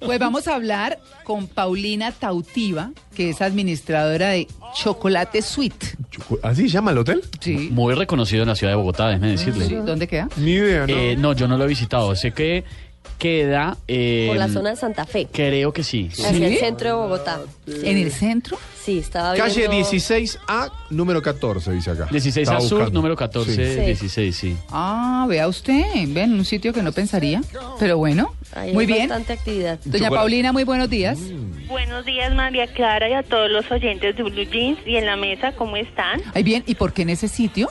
Pues vamos a hablar con Paulina Tautiva, que es administradora de Chocolate Suite. ¿Así se ¿Ah, llama el hotel? Sí. Muy reconocido en la ciudad de Bogotá, déjeme Sí, decirle. ¿Dónde queda? Ni idea, ¿no? Eh, no, yo no lo he visitado. Sé que queda. eh, Por la zona Ah, de Santa Fe, Creo que sí. hacia el centro de Bogotá. ¿En el centro? Sí, estaba Calle viendo- 16A, número 14, dice acá. 16 Estaba a sur, buscando. número 14, Sí. Sí. 16, sí. Ah, vea usted, ven, un sitio que no pensaría, pero bueno, Ahí hay muy bien. Bastante actividad. Doña Chocolate. Mm. Paulina, muy buenos días. Buenos días, María Clara, y a todos los oyentes de Blue Jeans y en la mesa, ¿cómo están? Ahí bien, ¿y por qué en ese sitio?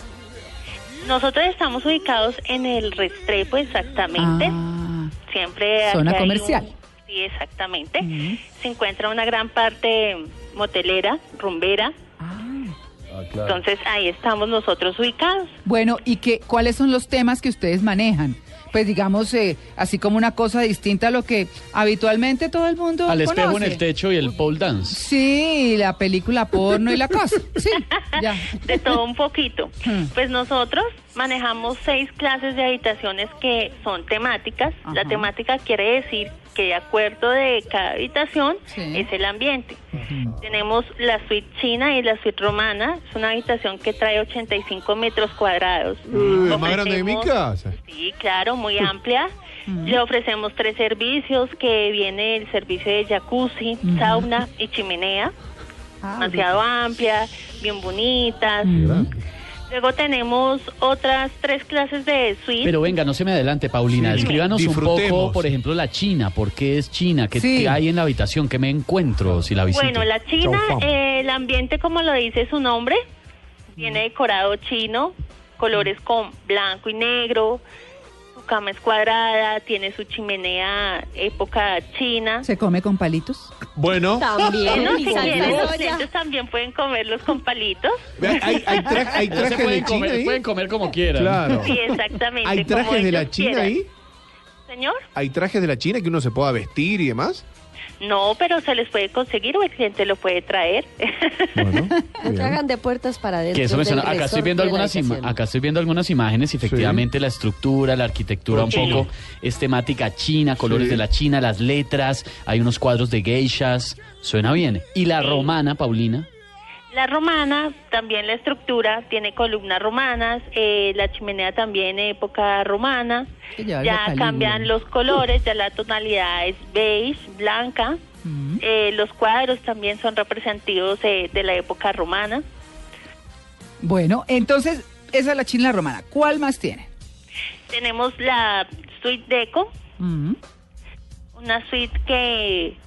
Nosotros estamos ubicados en el Restrepo, exactamente. Ah, Siempre. Zona aquí hay comercial. un- sí, exactamente. Se encuentra una gran parte motelera, rumbera. ah. Entonces, ahí estamos nosotros ubicados. Bueno, ¿y qué, cuáles son los temas que ustedes manejan? Pues digamos, eh, así como una cosa distinta a lo que habitualmente todo el mundo Al espejo en conoce. el techo y el pole dance. Sí, la película porno y la cosa. Sí, ya. De todo un poquito. Hmm. Pues nosotros manejamos seis clases de habitaciones que son temáticas. La Ajá. temática quiere decir que de acuerdo de cada habitación Sí. es el ambiente. Tenemos la suite china y la suite romana. Es una habitación que trae 85 metros cuadrados. Uy, más grande que mi Ofrecemos- casa. Sí, claro, muy amplia. Le ofrecemos tres servicios que viene el servicio de jacuzzi, sauna y chimenea Ah, demasiado amplia, bien bonitas. Luego tenemos otras tres clases de suite. Pero venga, no se me adelante, Paulina. Sí. Escríbanos un Disfrutemos. poco, por ejemplo, la China. ¿Por qué es China? ¿Qué, Sí. qué hay en la habitación? ¿Qué me encuentro si la visito? bueno, la China, Chau, fam. eh, el ambiente como lo dice su nombre, viene decorado chino, colores con blanco y negro. Su cama es cuadrada, tiene su chimenea época china. ¿Se come con palitos? Bueno, También. Bueno, si Santa quieren, los Rosa. clientes también pueden comerlos con palitos. ve, hay, hay, tra- hay No se trajes de pueden China comer, ahí. pueden comer como quieran. Claro. Sí, exactamente. ¿Hay como trajes de la ellos China quieran. ahí? Señor, ¿Hay trajes de la China que uno se pueda vestir y demás? no, pero se les puede conseguir o el cliente lo puede traer. Bueno. No bien. tragan de puertas para adentro. Que eso me del suena- Acá estoy resort viendo de la algunas ima- habitación. acá estoy viendo algunas imágenes y efectivamente la estructura, la arquitectura un Sí. poco es temática china, colores Sí. de la China, las letras, hay unos cuadros de geishas, suena bien. Y la romana, Paulina, La romana, también la estructura, tiene columnas romanas, eh, la chimenea también época romana, Que llevar la ya palina. cambian los colores, ya la tonalidad es beige, blanca, Mm. eh, los cuadros también son representativos eh, de la época romana. Bueno, entonces, esa es la china y la romana. ¿Cuál más tiene? Tenemos la suite deco, Mm. una suite que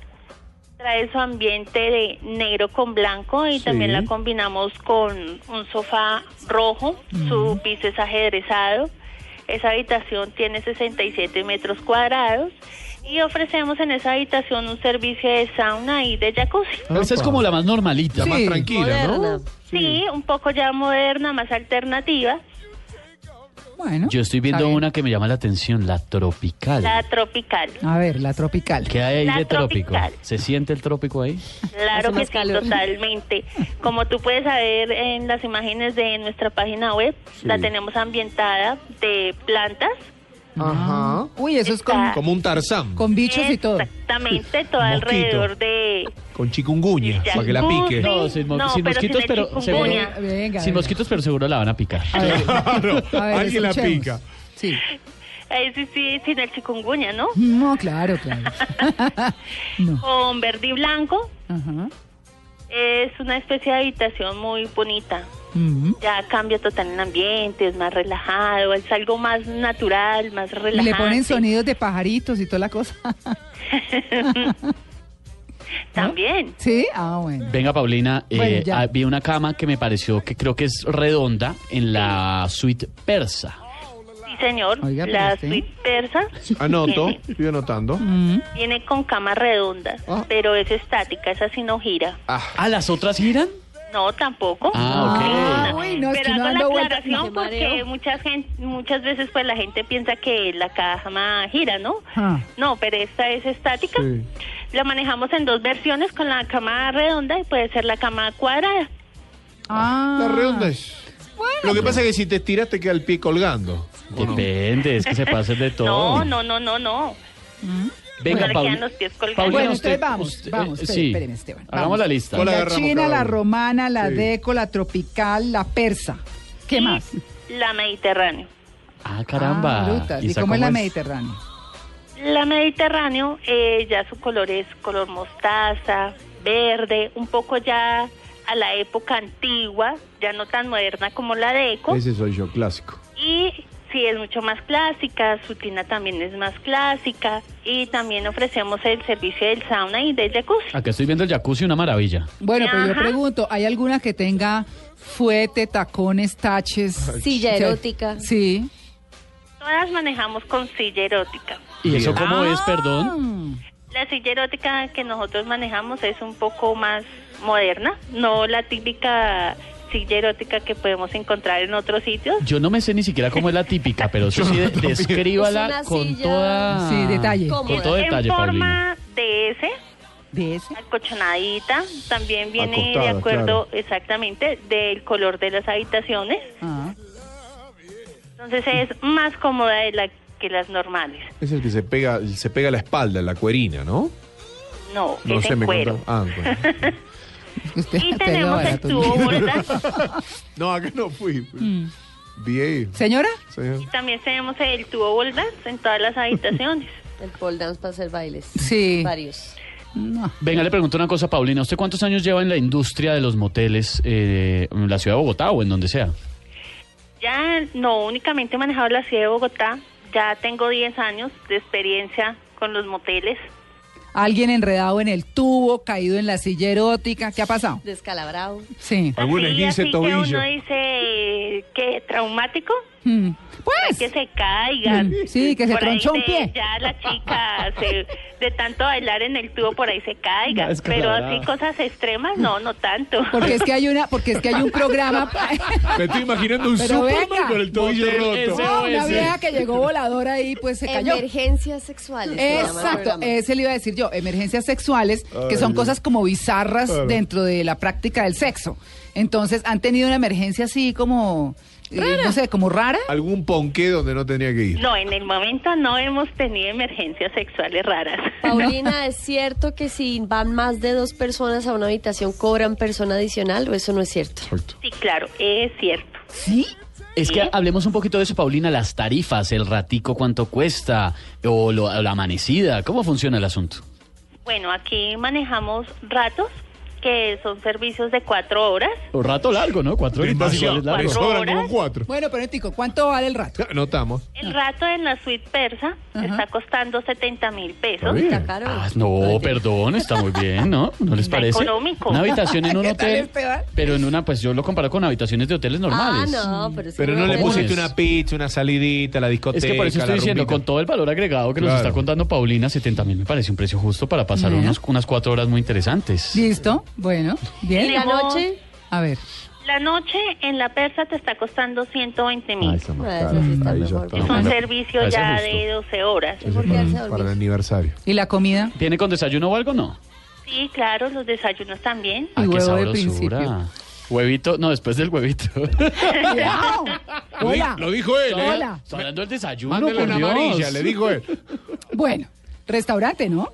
trae su ambiente de negro con blanco y Sí. también la combinamos con un sofá rojo, su piso es ajedrezado, esa habitación tiene 67 metros cuadrados y ofrecemos en esa habitación un servicio de sauna y de jacuzzi. esa es como la más normalita. La más Sí. tranquila, ¿no? Moderna. Sí, un poco ya moderna, más alternativa, Bueno. Yo estoy está viendo bien. una que me llama la atención, la tropical. la tropical. A ver, la tropical. ¿Qué hay ahí La de trópico? tropical. ¿Se siente el trópico ahí? Hace Claro que más sí, calor. totalmente. Como tú puedes saber en las imágenes de nuestra página web, la tenemos ambientada de plantas. Ajá. Mm. Uy, eso es con, Está- Como un tarzán, con, con bichos y todo. Exactamente, Mosquito. todo alrededor de... chikungunya, Ya- para que la pique. Sí, No, sin mo- no, sin pero mosquitos, sin el pero seguro- chikungunya. Venga, venga. Sin mosquitos, pero seguro la van a picar. A ver, Claro, a ver, alguien la escuchemos. pica. Sí. Ahí eh, sí, sí, sin el chikungunya, ¿no? No, claro, claro. no. Con verde y blanco. Ajá. Es una especie de habitación muy bonita. Mm. Ya cambia total el ambiente, es más relajado, es algo más natural, más Y relajante. le ponen sonidos de pajaritos y toda la cosa. También. ¿Sí? Ah, bueno. Venga, Paulina, eh, Bueno, ya. ah, vi una cama que me pareció que creo que es redonda en la suite persa. Sí, señor. Oiga, pero este. la usted- suite persa. Anoto, Tiene- estoy anotando. Mm. Viene con cama redonda, Ah. pero es estática, esa sí no gira. Ah, ¿Ah, las otras giran? No, tampoco. Ah, ok. Sí, Uy, no, es pero que no hago dando la vueltas, aclaración no, qué porque mareo. mucha gente, muchas veces pues la gente piensa que la cama gira, ¿no? Ah. No, pero esta es estática. Sí. La manejamos en dos versiones con la cama redonda y puede ser la cama cuadrada. Ah. la redonda es. Lo que pasa es que si te estiras te queda el pie colgando. ¿o no? Depende, es que se pase de todo. No, no, no, no, no. Venga, Bueno, Pauli. quedan los pies colgando. Paulina, Bueno, usted- entonces vamos, usted- vamos, eh, espere, sí. espéreme, Esteban, Hagamos vamos. la lista. Hola. La agarramos china, cada la uno. romana, la Sí. deco, la tropical, la persa. ¿Qué Y más? La Mediterráneo. Ah, caramba. Ah, brutas. ¿Y esa cómo es la es? Mediterránea? La Mediterráneo eh, ya su color es color mostaza, verde, un poco ya a la época antigua, ya no tan moderna como la de Eco. Ese soy yo, clásico. Y sí, es mucho más clásica, su tina también es más clásica. Y también ofrecemos el servicio del sauna y del jacuzzi. Acá estoy viendo el jacuzzi, una maravilla. Bueno, pero yo Ajá. pregunto, ¿hay alguna que tenga fuete, tacones, taches? Silla O sea, erótica. Sí. Todas manejamos con silla erótica. ¿Y Bien. eso cómo Ah. es, perdón? perdón? La silla erótica que nosotros manejamos es un poco más moderna, no la típica silla erótica que podemos encontrar en otros sitios. Yo no me sé ni siquiera cómo es la típica, pero eso sí, de- descríbala Es una con silla- toda... Sí, detalle. Cómoda. Con todo detalle, en Paulina. forma de S, Ah, ¿De ese? acolchonadita, también viene Acostada, de acuerdo exactamente del color de las habitaciones. Ah. Entonces es más cómoda de la que las normales. Es el que se pega, se pega la espalda, la cuerina, ¿no? No, No es sé, en me cuero. contó. Ah, bueno. Usted Y te tenemos logra, el tú. tubo burda. No, acá no fui. Mm. Vi ahí. Señora, señor. También tenemos el tubo burda en todas las habitaciones. El pole dance para hacer bailes. Sí. Varios. no. Venga, le pregunto una cosa, Paulina. ¿Usted cuántos años lleva en la industria de los moteles eh, en la ciudad de Bogotá o en donde sea? Ya no únicamente he manejado la ciudad de Bogotá, ya tengo 10 años de experiencia con los moteles. alguien enredado en el tubo, caído en la silla erótica, ¿qué ha pasado? Descalabrado. Sí. Alguna así, esguince así que tobillo. uno dice que traumático, Mm. Pues, que se caigan. Mm. sí, que se Por ahí tronchó un se- pie. Ya la chica se- de tanto bailar en el tubo por ahí se caiga. Una pero descalabrada. así cosas extremas, no, no tanto. Porque es que hay una, porque es que hay un programa. pa- Me estoy imaginando un Pero Superman venga. con el tobillo Motel roto. SOS. Ah, No, una vieja que llegó voladora ahí, pues se cayó. Emergencias sexuales. se llama el Exacto, eh, programa. ese le iba a decir yo, emergencias sexuales, que son cosas como bizarras dentro de la práctica del sexo. Entonces, ¿han tenido una emergencia así como, eh, no sé, como rara? Algún ponqué donde no tenía que ir. No, en el momento no hemos tenido emergencias sexuales raras. Paulina, ¿es cierto que si van más de dos personas a una habitación cobran persona adicional o eso no es cierto? Exacto. Sí, claro, es cierto. Sí. Es que hablemos un poquito de eso, Paulina, las tarifas, el ratico, cuánto cuesta, o lo- la amanecida, ¿cómo funciona el asunto? Bueno, aquí manejamos ratos, que son servicios de cuatro horas. Un rato largo, ¿no? Cuatro horitas Invasión. igual es largo. Me sobran ¿Cuatro como horas? cuatro. Bueno, pero tico, ¿cuánto vale el rato? Notamos. El rato en la suite persa Ah. Ajá. está costando 70 mil pesos. Está bien. ¿Está caro? Ah, no, perdón, está muy bien, ¿no? ¿No les Está parece? económico. Una habitación en un ¿Qué tal, hotel, Esteban? pero en una, pues yo lo comparo con habitaciones de hoteles normales. Ah, no, pero, es que Pero no le ¿Cómo pusiste es? una pizza, una salidita, la discoteca. Es que por eso la estoy diciendo, rumbita. con todo el valor agregado que nos Claro. está contando Paulina, 70 mil me parece un precio justo para pasar Bien. unos- unas cuatro horas muy interesantes. Listo, bueno, ¿Y bien. la noche? A ver, La noche en la persa te está costando 120 Ah, mil. esa más Ah, cara. esa sí está Ahí ya mejor. está. Es un Bueno, servicio parece ya justo. de 12 horas. Ese es ¿Por qué hace para, dormir? para el aniversario. ¿y la comida? ¿Tiene con desayuno o algo? No. Sí, claro, los desayunos también. Y qué huevo de sabrosura. principio. Huevito, no, después del huevito. ¡Cuidado! Lo di- Hola. Lo dijo él. ¿eh? Hola. Está hablando del desayuno, Mándale por una Dios. amarilla, le dijo él. Bueno, restaurante, ¿no?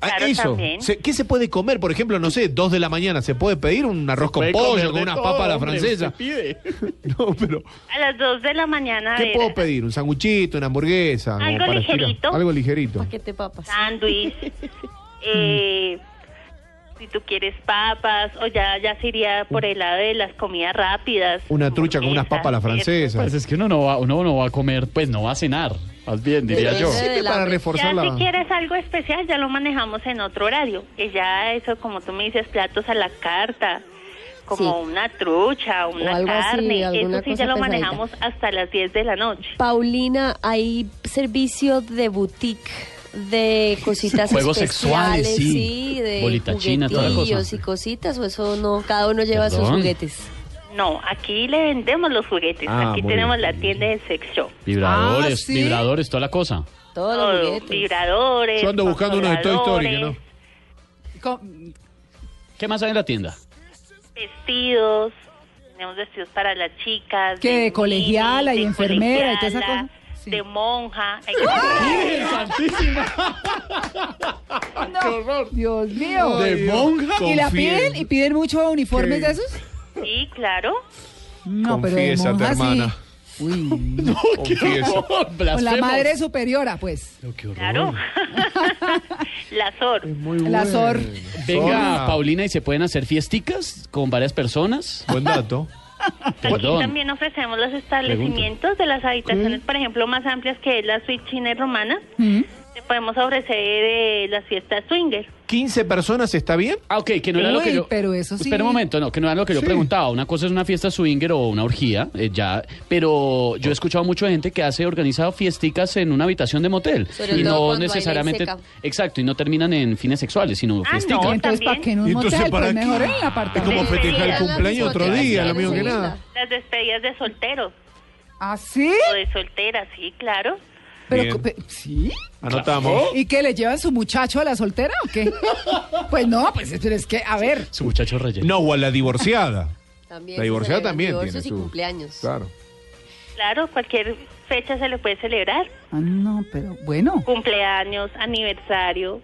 Ah, Claro, eso. también. Se- ¿Qué se puede comer? Por ejemplo, no sé, dos de la mañana. ¿Se puede pedir un arroz con Puede comer pollo, de con unas todo, papas a la hombre, francesa? usted pide. No, pero A las 2 de la mañana ¿qué era puedo pedir? ¿Un sanguchito, una hamburguesa? como Ah, Algo para estirar? ligerito. Algo ligerito. Paquete papas. sándwich. eh, si tú quieres papas, o ya, ya sería por el lado de las comidas rápidas. Una trucha con unas hamburguesas, papas a la francesa. Pues es que uno no, va, uno no va a comer, pues no va a cenar, más bien, diría yo. Pues, Sí. Sirve del para hambre. Ya reforzar la... si quieres algo especial, ya lo manejamos en otro horario. Que ya eso, como tú me dices, platos a la carta, como Sí. una trucha, una algo así, carne. alguna eso sí cosa ya lo pesadita. manejamos hasta las 10 de la noche. Paulina, hay servicio de boutique de cositas Juegos especiales, sexuales, sí. de Bolita china, toda la cosa. juguetillos y cositas, o eso no, cada uno lleva sus Perdón. juguetes. No, aquí le vendemos los juguetes. Ah, aquí muy tenemos bien. la tienda de sex shop. Vibradores, Ah, ¿sí? vibradores, toda la cosa. Todos Todo, los juguetes. vibradores. Yo ando buscando unos de Toy Story, que no. controladores, Co- ¿Qué más hay en la tienda? Vestidos. Tenemos vestidos para las chicas. Que de colegiala y de enfermera y toda esa colegiala, cosa. de monja. Hay que- ¡Virgen Santísima! ¡Qué horror! Dios mío. ¿De monja? ¿Y la Confíen. piden? ¿Y piden mucho uniformes ¿Qué? de esos? Sí, claro. No, pero de Confiésate, monja hermana. sí. Uy. Confiesa. Con la Blasfemos. madre superiora, pues. No, qué horror. Claro. la SOR. La SOR. Venga, Hola. Paulina, ¿y se pueden hacer fiesticas con varias personas? Buen dato. Aquí Perdón. también ofrecemos los establecimientos de las habitaciones, por ejemplo, más amplias que es la suite china y romana. Mm. Te podemos ofrecer eh, las fiestas swinger. 15 personas está bien. Ah, ok, que no era lo que Uy, yo... pero eso sí. Espera un momento, no, que no era lo que yo Sí. preguntaba. Una cosa es una fiesta swinger o una orgía, eh, ya. Pero yo he escuchado mucha gente que hace, organiza fiesticas en una habitación de motel. Sobre y todo no cuando hay ley necesariamente... seca. Exacto, y no terminan en fines sexuales, sino Ah, fiesticas. no. Entonces, ¿para también. qué en un ¿Y entonces motel? para Pues qué? mejor en el Es como apartamento. festejar el Despedida, cumpleaños otro discoteca, día, lo claro, mismo que sí. nada. Las despedidas de solteros ¿Ah, sí? o de solteras, sí, claro. Pero, Bien. pe- ¿Sí? Anotamos. ¿Y qué le llevan su muchacho a la soltera o qué? Pues no, pues pero es que, a ver. Su muchacho relleno. No, o a la divorciada. También La se divorciada celebran también tiene divorcios y su... cumpleaños. Claro. Claro, cualquier fecha se le puede celebrar. Ah, no, pero bueno. Cumpleaños, aniversario.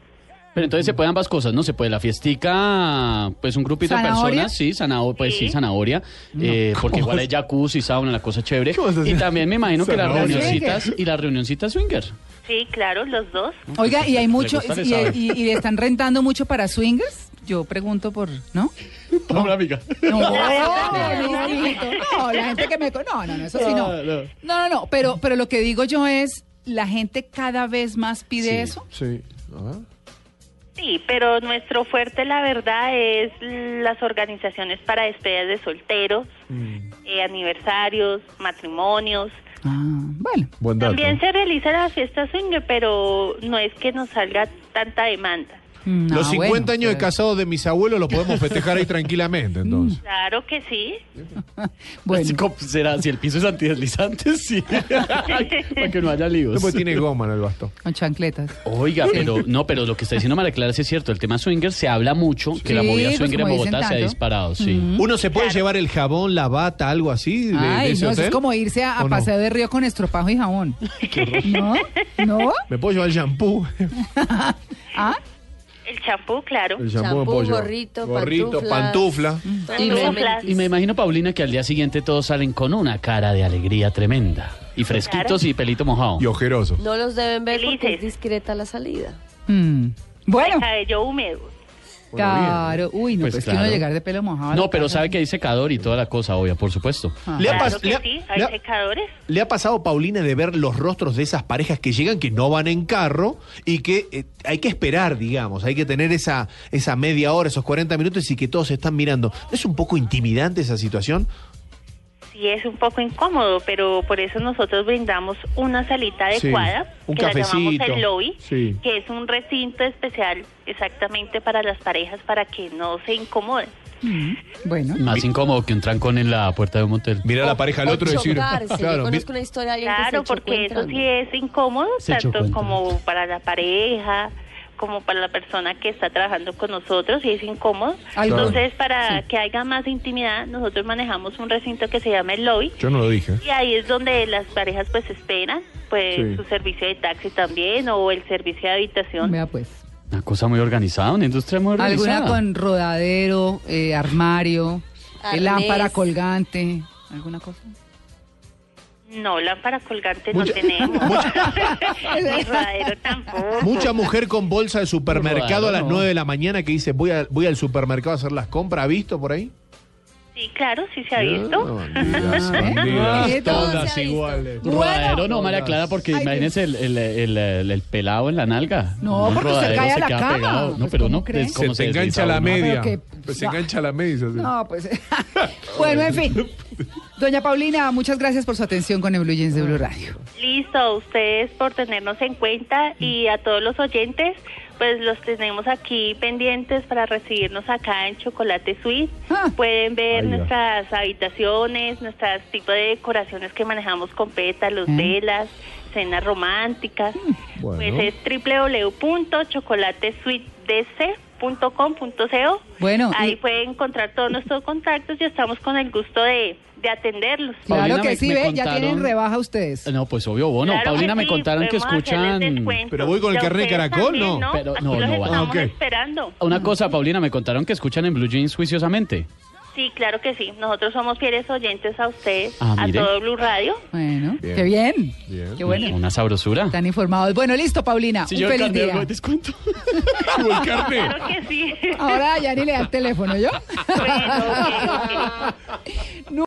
Pero entonces se pueden ambas cosas, ¿no? Se puede la fiestica, pues un grupito de ¿Zanahoria? personas, sí, zanahoria, pues sí, Sí. zanahoria, eh, porque igual hay jacuzzi, sauna, la cosa chévere. ¿Qué vas a hacer? Y también me imagino que las Zanahoria. reunioncitas y las reunioncitas swinger. Sí, claro, los dos. Oiga, y hay mucho, gusta, le y, sabe. y- y le están rentando mucho para swingers. Yo pregunto por, ¿no? Hola, amiga. No, no, no, amiguito. No, la gente que me co- no, no, no, eso sí no. No, No, no. no, no, pero, pero lo que digo yo es, la gente cada vez más pide Sí. eso. Sí. Ajá. Sí, pero nuestro fuerte, la verdad, es las organizaciones para despedidas de solteros, Mm. eh, aniversarios, matrimonios. Ah, bueno. Buen dato. También se realiza la fiesta swinger, pero no es que nos salga tanta demanda. Mm, Los ah, 50 bueno, años pero- Mm. de casados de mis abuelos los podemos festejar ahí tranquilamente, entonces. Claro que sí. Así Bueno, como será, si el piso es antideslizante, sí. Para que no haya líos. Después tiene goma en el bastón. con chancletas. Oiga, pero no, pero lo que está diciendo María Clara sí es cierto. El tema swinger se habla mucho, que la Sí, movida pues, swinger como en dicen Bogotá se ha tanto. disparado, sí. ¿Uno se puede llevar el jabón, la bata, algo así? De, de Mm. Ay, ese no, eso hotel? es como irse a, a ¿O no? paseo de río con estropajo y jabón. ¿No? ¿No? ¿Me puedo llevar el shampoo? ¿Ah? El champú, claro. El Champú, me puedo llevar. gorrito, gorrito, pantufla. pantuflas. Mm. Y me, Pantuflas. y me imagino, Paulina, que al día siguiente todos salen con una cara de alegría tremenda. Y fresquitos y pelito mojado. Y ojeroso. No los deben ver porque es Felices. discreta la salida. Mm. El Bueno, cabello húmedo. claro. Uy, no, Pues pues, es que claro. uno llegar de pelo mojado. a la No, pero casa. Ah. sabe que hay secador y toda la cosa, obvia, por supuesto. ¿Le ha, Claro pas- que le ha- sí, hay le ha- secadores. le ha pasado, Paulina, de ver los rostros de esas parejas que llegan, que no van en carro y que eh, hay que esperar, digamos? Hay que tener esa, esa media hora, esos 40 minutos y que todos se están mirando. ¿No ¿Es un poco intimidante esa situación? Sí, es un poco incómodo, pero por eso nosotros brindamos una salita Sí, adecuada, un que la llamamos cafecito. el lobby, Sí. que es un recinto especial exactamente para las parejas para que no se incomoden. Mm. Bueno. Más incómodo que un trancón en la puerta de un motel. Mirar a la pareja al O otro y decir. chocarse. Yo Claro, mi- conozco una historia de alguien que Claro, se chocó porque eso entrando. sí es incómodo, Se chocó tanto entrando. como para la pareja, como para la persona que está trabajando con nosotros, y es incómodo. Algo. Entonces, para que haya más intimidad, nosotros manejamos un recinto que se llama el lobby, Yo no lo dije. Y ahí es donde las parejas pues esperan pues Sí. su servicio de taxi también o el servicio de habitación. Vea pues. Una cosa muy organizada, una industria muy organizada. Alguna con rodadero, eh, armario, eh, Arnés. lámpara colgante, alguna cosa. No, lámpara colgante Mucha- no tenemos. Ni rodadero tampoco. Mucha mujer con bolsa de supermercado a las No. 9 de la mañana que dice voy, a- voy al supermercado a hacer las compras. ¿Ha visto por ahí? Sí, claro, sí se ha visto. Ah, Bandidas, ¿eh? bandidas, ¿Qué todo todas se ha visto? iguales. Rodadero no, María Clara, porque Ay, imagínese el, el, el- el- el pelado en la nalga. No, Un porque se rodadero cae a la queda cama. No, Pues, pero ¿cómo no. cree? es Se como te engancha desliza la uno. media. Pero que- Pues se engancha la media. así. No, pues. bueno, en fin. Doña Paulina, muchas gracias por su atención con el Blue Jeans de Blue Radio. Listo, a ustedes por tenernos en cuenta y a todos los oyentes, pues los tenemos aquí pendientes para recibirnos acá en Chocolate Suite. Ah. Pueden ver Ahí va. nuestras habitaciones, nuestros tipos de decoraciones que manejamos con pétalos, Mm. velas, cenas románticas. bueno. Pues es www.chocolatesuitedc.com. www.cafeconciencia.com.co. Bueno, ahí y- pueden encontrar todos nuestros contactos y estamos con el gusto de, de atenderlos. Claro Paulina, que me- sí, me ve, ya contaron- tienen rebaja ustedes. No, pues obvio, bueno, Claro Paulina me sí, contaron que podemos escuchan... hacerles descuentos. Pero voy con el Y a carnet de ustedes caracol, también, ¿no? Pero- Aquí no, los no va. estamos Ah, ok. esperando. Una cosa, Paulina, me contaron que escuchan en Blue Jeans juiciosamente. Sí, claro que sí. Nosotros somos fieles oyentes a ustedes, Ah, a mire. todo Blue Radio. Bueno, Bien. qué bien. Bien. Qué bueno. Una sabrosura. Están informados. Bueno, listo, Paulina. un el feliz día. descuento. Tuvo el Ah. carnet. Claro que sí. Ahora ya ni le da el teléfono yo. Bueno, ok, ok.